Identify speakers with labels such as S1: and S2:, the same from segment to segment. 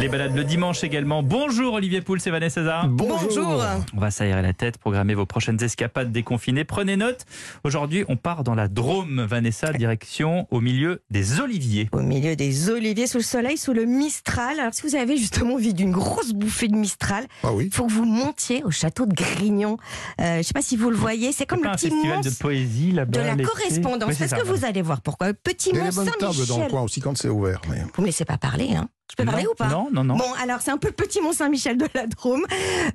S1: Les balades le dimanche également. Bonjour Olivier Pouls et Vanessa César.
S2: Bonjour.
S1: On va s'aérer la tête, programmer vos prochaines escapades déconfinées. Prenez note. Aujourd'hui, on part dans la Drôme, Vanessa, direction au milieu des oliviers.
S2: Au milieu des oliviers, sous le soleil, sous le Mistral. Alors, si vous avez justement envie d'une grosse bouffée de Mistral,
S3: Ah oui.
S2: il faut que vous montiez au château de Grignon. Euh, je ne sais pas si vous le voyez, c'est comme
S1: Pas
S2: le
S1: un
S2: petit
S1: festival
S2: monstre
S1: de poésie là-bas.
S2: de la
S1: l'été
S2: correspondance.
S1: Oui, c'est
S2: Parce
S1: ça,
S2: que
S1: voilà.
S2: vous allez voir pourquoi. Petit
S3: Il y a
S2: mont
S3: des bonnes tables dans le
S2: Saint-Michel.
S3: coin aussi quand c'est ouvert. mais-
S2: Vous me laissez pas parler, hein Je peux parler
S1: Non,
S2: ou pas
S1: Non, non, non.
S2: Bon, alors c'est un peu le petit Mont Saint-Michel de la Drôme.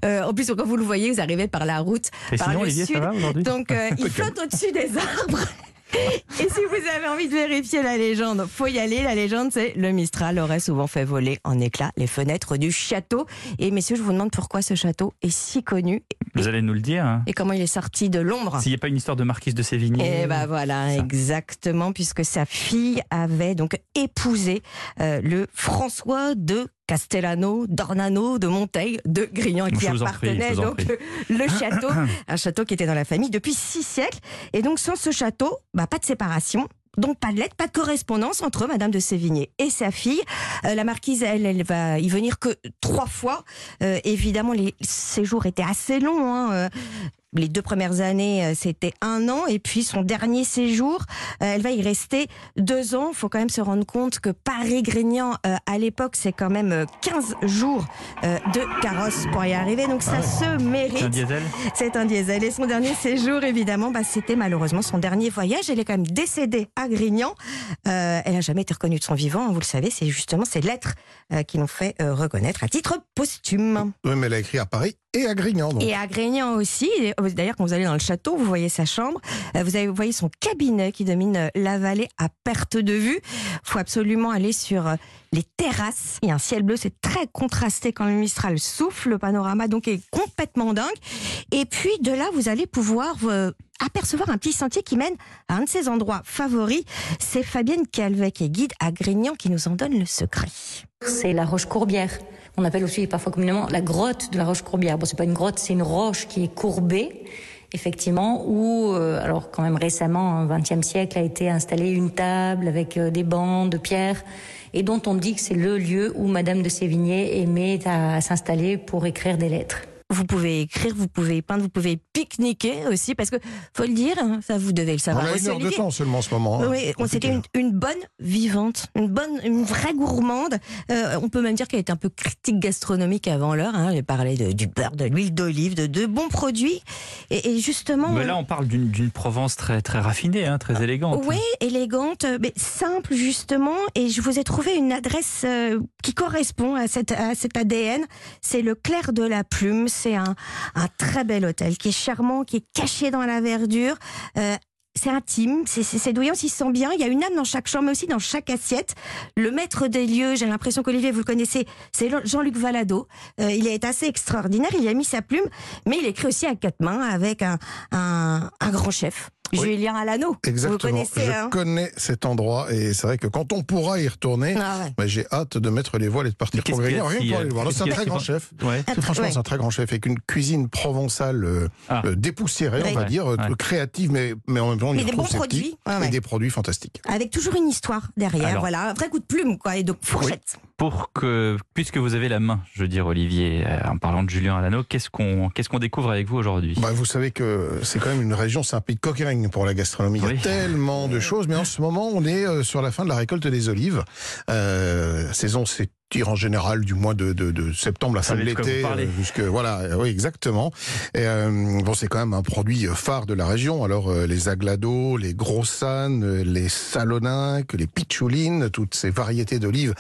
S2: Euh, en plus, quand vous le voyez, vous arrivez par la route,
S1: et
S2: par
S1: sinon,
S2: le
S1: Olivier, ça
S2: sud.
S1: va aujourd'hui
S2: Donc, euh, il flotte au-dessus des arbres. Et si vous avez envie de vérifier la légende, faut y aller. La légende, c'est le Mistral aurait souvent fait voler en éclats les fenêtres du château. Et messieurs, je vous demande pourquoi ce château est si connu
S1: Vous allez nous le dire. hein.
S2: et comment il est sorti de l'ombre.
S1: S'il n'y a pas une histoire de marquise de Sévigné.
S2: Et ben voilà,
S1: Ça.
S2: exactement, puisque sa fille avait donc épousé euh, le François de Castellano, d'Ornano, de Monteil, de Grignan,
S1: Je
S2: qui
S1: vous en prie, je
S2: appartenait
S1: vous en
S2: donc le- le château, un château qui était dans la famille depuis six siècles. Et donc sans ce château, bah, pas de séparation. Donc pas de lettre, pas de correspondance entre Madame de Sévigné et sa fille. Euh, la marquise, elle, elle va y venir que trois fois. Euh, évidemment, les séjours étaient assez longs. hein, euh, les deux premières années, euh, c'était un an, et puis son dernier séjour, euh, elle va y rester deux ans. faut quand même se rendre compte que Paris-Grignan, euh, à l'époque, c'est quand même euh, 15 jours euh, de carrosse pour y arriver, donc ça
S1: Ah
S2: se
S1: C'est un
S2: mérite.
S1: diesel
S2: C'est un diesel. Et son dernier séjour, évidemment, bah, c'était malheureusement son dernier voyage. Elle est quand même décédée à Grignan. Euh, elle n'a jamais été reconnue de son vivant, hein, vous le savez. C'est justement ces lettres euh, qui l'ont fait euh, reconnaître à titre posthume.
S3: Oui, mais elle a écrit à Paris et à Grignan. donc.
S2: Et à Grignan aussi. Et, euh, D'ailleurs, quand vous allez dans le château, vous voyez sa chambre. euh, Vous, avez, vous voyez son cabinet qui domine euh, la vallée à perte de vue. faut absolument aller sur euh, les terrasses. Il y a un ciel bleu, c'est très contrasté quand le Mistral souffle. Le panorama donc est complètement dingue. Et puis de là, vous allez pouvoir euh, apercevoir un petit sentier qui mène à un de ses endroits favoris. C'est Fabienne Calvet qui est guide à Grignan qui nous en donne le secret.
S4: C'est la roche courbière. On appelle aussi parfois communément la grotte de la roche courbière. Bon, c'est pas une grotte, c'est une roche qui est courbée, effectivement, où, euh, alors quand même récemment, au XXe siècle, a été installée une table avec euh, des bancs de pierre et dont on dit que c'est le lieu où Madame de Sévigné aimait à s'installer pour écrire des lettres.
S2: Vous pouvez écrire, vous pouvez peindre, vous pouvez pique-niquer aussi, parce que faut le dire, hein, ça vous devez le
S3: On
S2: savoir.
S3: a
S2: aussi,
S3: une heure de
S2: Olivier.
S3: temps seulement en ce moment. hein.
S2: Oui, on
S3: Compliqué.
S2: c'était une, une bonne vivante, une bonne, une vraie gourmande. Euh, on peut même dire qu'elle était un peu critique gastronomique avant l'heure. Hein. Elle parlait de- du beurre, de l'huile d'olive, de, de bons produits. Et, et justement,
S1: Mais là, on parle d'une d'une Provence très, très raffinée, hein, très élégante.
S2: Ah, oui, élégante, euh, mais simple justement. Et je vous ai trouvé une adresse euh, qui correspond à, cette, à cet ADN. C'est le Clair de la Plume. C'est un, un très bel hôtel qui est charmant, qui est caché dans la verdure. Euh, c'est intime, c'est- c'est c'est douillant, s'il se sent bien. Il y a une âme dans chaque chambre, mais aussi dans chaque assiette. Le maître des lieux, j'ai l'impression qu'Olivier, vous le connaissez, c'est Jean-Luc Valado. Euh, il est assez extraordinaire, il y a mis sa plume, mais il écrit aussi à quatre mains avec un, un, un grand chef,
S3: Oui.
S2: Julien Alano.
S3: Exactement.
S2: Vous connaissez,
S3: Je
S2: hein
S3: connais cet endroit et c'est vrai que quand on pourra y retourner,
S2: Ah ouais.
S3: bah, j'ai hâte de mettre les voiles et de partir
S1: Mais
S3: pour
S1: qu'est-ce qu'il y a
S3: Grignan. Rien
S1: si,
S3: que pour
S1: euh,
S3: aller le voir. Non,
S1: qu'est-ce
S3: C'est
S1: qu'il y
S3: un
S1: a
S3: très
S1: si-
S3: grand chef.
S1: Ouais.
S2: Ah,
S3: C'est- Franchement,
S2: ouais.
S3: c'est un très grand chef avec une cuisine provençale euh,
S1: Ah.
S3: euh, dépoussiérée, on
S2: Ouais.
S3: va dire, euh,
S1: Ouais.
S3: créative, mais, mais en même temps, on y
S2: Mais des
S3: retrouve
S2: bons
S3: ses
S2: produits.
S3: petits
S2: Ouais, ouais.
S3: et des produits fantastiques.
S2: Avec toujours une histoire derrière,
S1: Alors.
S2: voilà, un vrai coup de plume, quoi, et de fourchette.
S1: Pour que, puisque vous avez la main, je veux dire, Olivier, euh, en parlant de Julien Alano, qu'est-ce qu'on qu'est-ce qu'on découvre avec vous aujourd'hui
S3: Bah, vous savez que c'est quand même une région, c'est un pays de coquering pour la gastronomie. Il y
S1: Oui.
S3: a tellement de choses, mais en ce moment, on est euh, sur la fin de la récolte des olives. Euh, saison s'étire en général du mois de, de, de septembre, la
S1: Ça
S3: fin de
S1: va être quoi vous
S3: l'été,
S1: parlez.
S3: euh, jusque voilà, euh, oui exactement. Et, euh, bon, c'est quand même un produit phare de la région. Alors euh, les aglados, les grossanes, euh, les saloninques, les pitchoulines, toutes ces variétés d'olives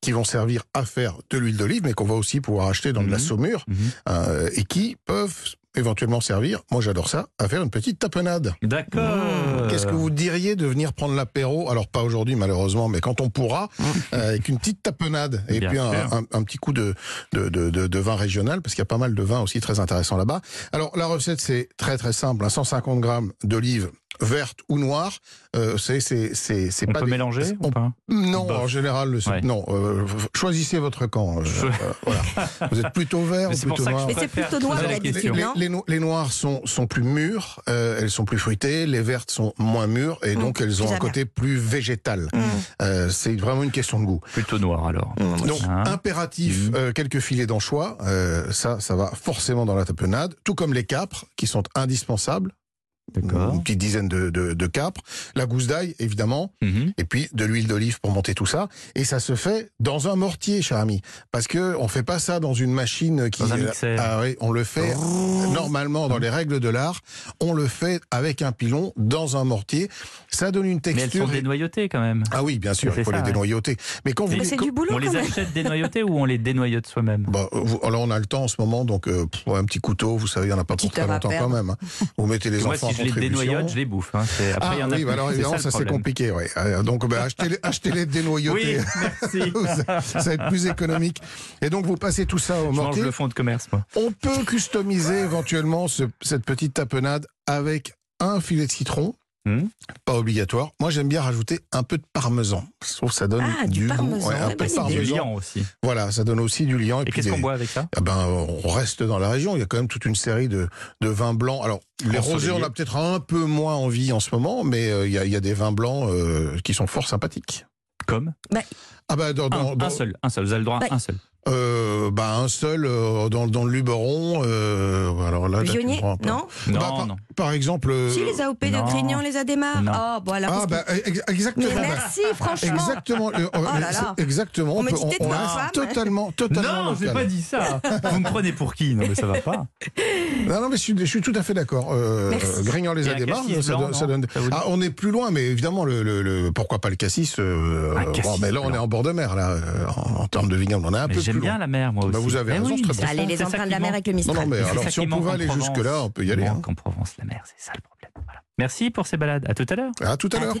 S3: qui vont servir à faire de l'huile d'olive, mais qu'on va aussi pouvoir acheter dans de la
S1: Mhm.
S3: saumure
S1: Mhm.
S3: euh, et qui peuvent éventuellement servir, moi j'adore ça, à faire une petite tapenade.
S1: D'accord.
S3: Qu'est-ce que vous diriez de venir prendre l'apéro Alors pas aujourd'hui malheureusement, mais quand on pourra, euh, avec une petite tapenade et
S1: Bien
S3: puis un,
S1: sûr.
S3: un- un petit coup de, de, de, de- de vin régional, parce qu'il y a pas mal de vins aussi très intéressants là-bas. Alors la recette c'est très très simple, hein, 150 grammes d'olives verte ou noire. Euh, c'est c'est c'est c'est
S1: On
S3: pas
S1: peut
S3: des-
S1: mélanger ou
S3: on-
S1: pas
S3: Non,
S1: Bof.
S3: en général, c'est-
S1: Ouais.
S3: non. euh, choisissez votre camp. euh, euh, voilà. Vous êtes plutôt vert
S1: Mais
S3: ou
S1: c'est pour
S3: plutôt
S1: ça que
S3: noir
S1: je
S2: Mais c'est
S1: préfère
S2: plutôt noir,
S1: poser
S2: on
S1: la
S2: a dit,
S1: question.
S3: les,
S2: non
S3: les no- les noires sont, sont plus mûres, euh, elles sont plus fruitées, les vertes sont moins mûres
S1: Mm.
S3: et donc elles ont un
S2: plus amères.
S3: côté plus végétal.
S2: Hum.
S3: Euh, c'est vraiment une question de goût.
S1: Plutôt noir alors.
S3: Donc
S1: Hein
S3: impératif, euh, quelques filets d'anchois, euh, ça, ça va forcément dans la tapenade, tout comme les capres qui sont indispensables, une
S1: D'accord.
S3: petite dizaine de, de, de capres, la gousse d'ail évidemment,
S1: Mhm.
S3: et puis de l'huile d'olive pour monter tout ça. Et ça se fait dans un mortier, cher ami, parce que on fait pas ça dans une machine qui.
S1: Dans un mixeur.
S3: Ah oui, on le fait normalement dans les règles de l'art. On le fait avec un pilon dans un mortier. Ça donne une
S1: Mais elles sont
S3: texture.
S1: dénoyautées quand même.
S3: ah oui, bien sûr,
S1: C'est
S3: il faut
S1: ça,
S3: les
S1: ouais.
S3: dénoyauter. Mais quand vous,
S1: Mais
S2: c'est du boulot,
S1: On les
S2: quand même.
S1: achète dénoyautées ou on les dénoyaute soi-même
S3: Bah, vous- alors on a le temps en ce moment, donc euh, pff, un petit couteau, vous savez, il n'y en a pas pour
S2: Petite
S3: très
S2: heure à
S3: longtemps quand
S2: perdre.
S3: même. hein. Vous mettez les
S1: Moi,
S3: enfants
S1: si je
S3: en
S1: les dénoyote, je
S3: contribution.
S1: les bouffe. hein. C'est- Après, il y
S3: Ah
S1: en a
S3: oui,
S1: plus.
S3: bah alors
S1: C'est
S3: évidemment, ça,
S1: le
S3: c'est
S1: problème.
S3: compliqué. Ouais. Euh, Donc bah, achetez-les achetez
S1: Oui,
S3: dénoyautés,
S1: merci.
S3: ça va être plus économique. Et donc vous passez tout ça au
S1: Je mange
S3: mortier.
S1: le fond de commerce, moi.
S3: On peut customiser éventuellement ce- cette petite tapenade avec un filet de citron.
S1: Hmm.
S3: Pas obligatoire. Moi, j'aime bien rajouter un peu de parmesan. Je trouve que ça donne
S2: Ah, du
S3: goût.
S2: parmesan,
S3: Ouais, un
S2: ouais,
S3: peu de
S2: bonne idée.
S1: Du
S3: parmesan.
S1: liant aussi.
S3: Voilà, ça donne aussi du liant.
S1: Et
S3: Ah, puis
S1: qu'est-ce
S3: des-
S1: qu'on boit avec ça
S3: Ah ben, on reste dans la région. Il y a quand même toute une série de, de vins blancs. Alors, les
S1: Ensoleillés.
S3: rosés, on a peut-être un peu moins envie en ce moment, mais euh, il y, a, il y a des vins blancs euh, qui sont fort sympathiques.
S1: Comme
S3: Ah ben, dans, dans-
S1: un,
S3: dans-
S1: un seul, un seul. Vous avez le droit
S2: Bah,
S1: à un seul.
S3: euh, bah, un seul euh, dans, dans le Luberon. euh, alors là, là, tu me
S2: Vionnier
S3: prends un peu.
S2: Non
S1: Non,
S3: Bah, par,
S1: non.
S3: par exemple. euh,
S2: Si, les AOP
S1: non.
S2: de Grignan, les Adémar.
S1: Non.
S2: Ah, bon, alors.
S3: ah
S2: qu'est-ce
S3: bah, ex- exactement.
S2: que- Mais merci, franchement. Oh
S3: Exactement. euh,
S2: là là.
S3: Exactement.
S2: On me
S3: peut-
S2: dit t'es de ma
S3: reste
S2: femme. hein.
S3: totalement, totalement.
S1: Non, j'ai
S3: local.
S1: pas dit ça. Vous me prenez pour qui Non, mais ça va pas.
S3: Non, non, mais je suis, je suis tout à fait d'accord. Euh,
S2: Merci.
S3: Grignan les
S1: Et
S3: a
S1: un
S3: des barres,
S1: cassis
S3: ça,
S1: blanc,
S3: donne- ça
S1: non
S3: donne.
S1: Ça vous dit
S3: Ah, on est plus loin, mais évidemment, le, le- le- pourquoi pas le cassis, euh,
S1: Un cassis
S3: bon, Mais là, on
S1: blanc.
S3: est en bord de mer, là, euh, en, en termes de vignoble, on est un
S1: Mais
S3: peu plus
S1: j'aime
S3: loin.
S1: bien la mer, moi aussi.
S3: Bah, vous avez
S1: Eh
S3: raison,
S1: oui,
S3: c'est très bon.
S2: Allez, les
S1: C'est ça
S2: empreintes
S1: qui
S2: de la mer
S1: manque.
S2: avec le
S3: Non,
S2: Mistral.
S3: non, mais
S1: C'est
S3: alors,
S1: ça
S3: si
S1: qui
S3: on
S1: manque
S3: pouvait
S1: en
S3: aller
S1: Provence.
S3: jusque-là, on peut y
S1: Il
S3: aller. hein.
S1: manque en Provence, la mer, c'est ça le problème. Voilà. Merci pour ces balades. À tout à l'heure.
S3: À tout à
S2: À
S3: l'heure.
S2: tout à l'heure.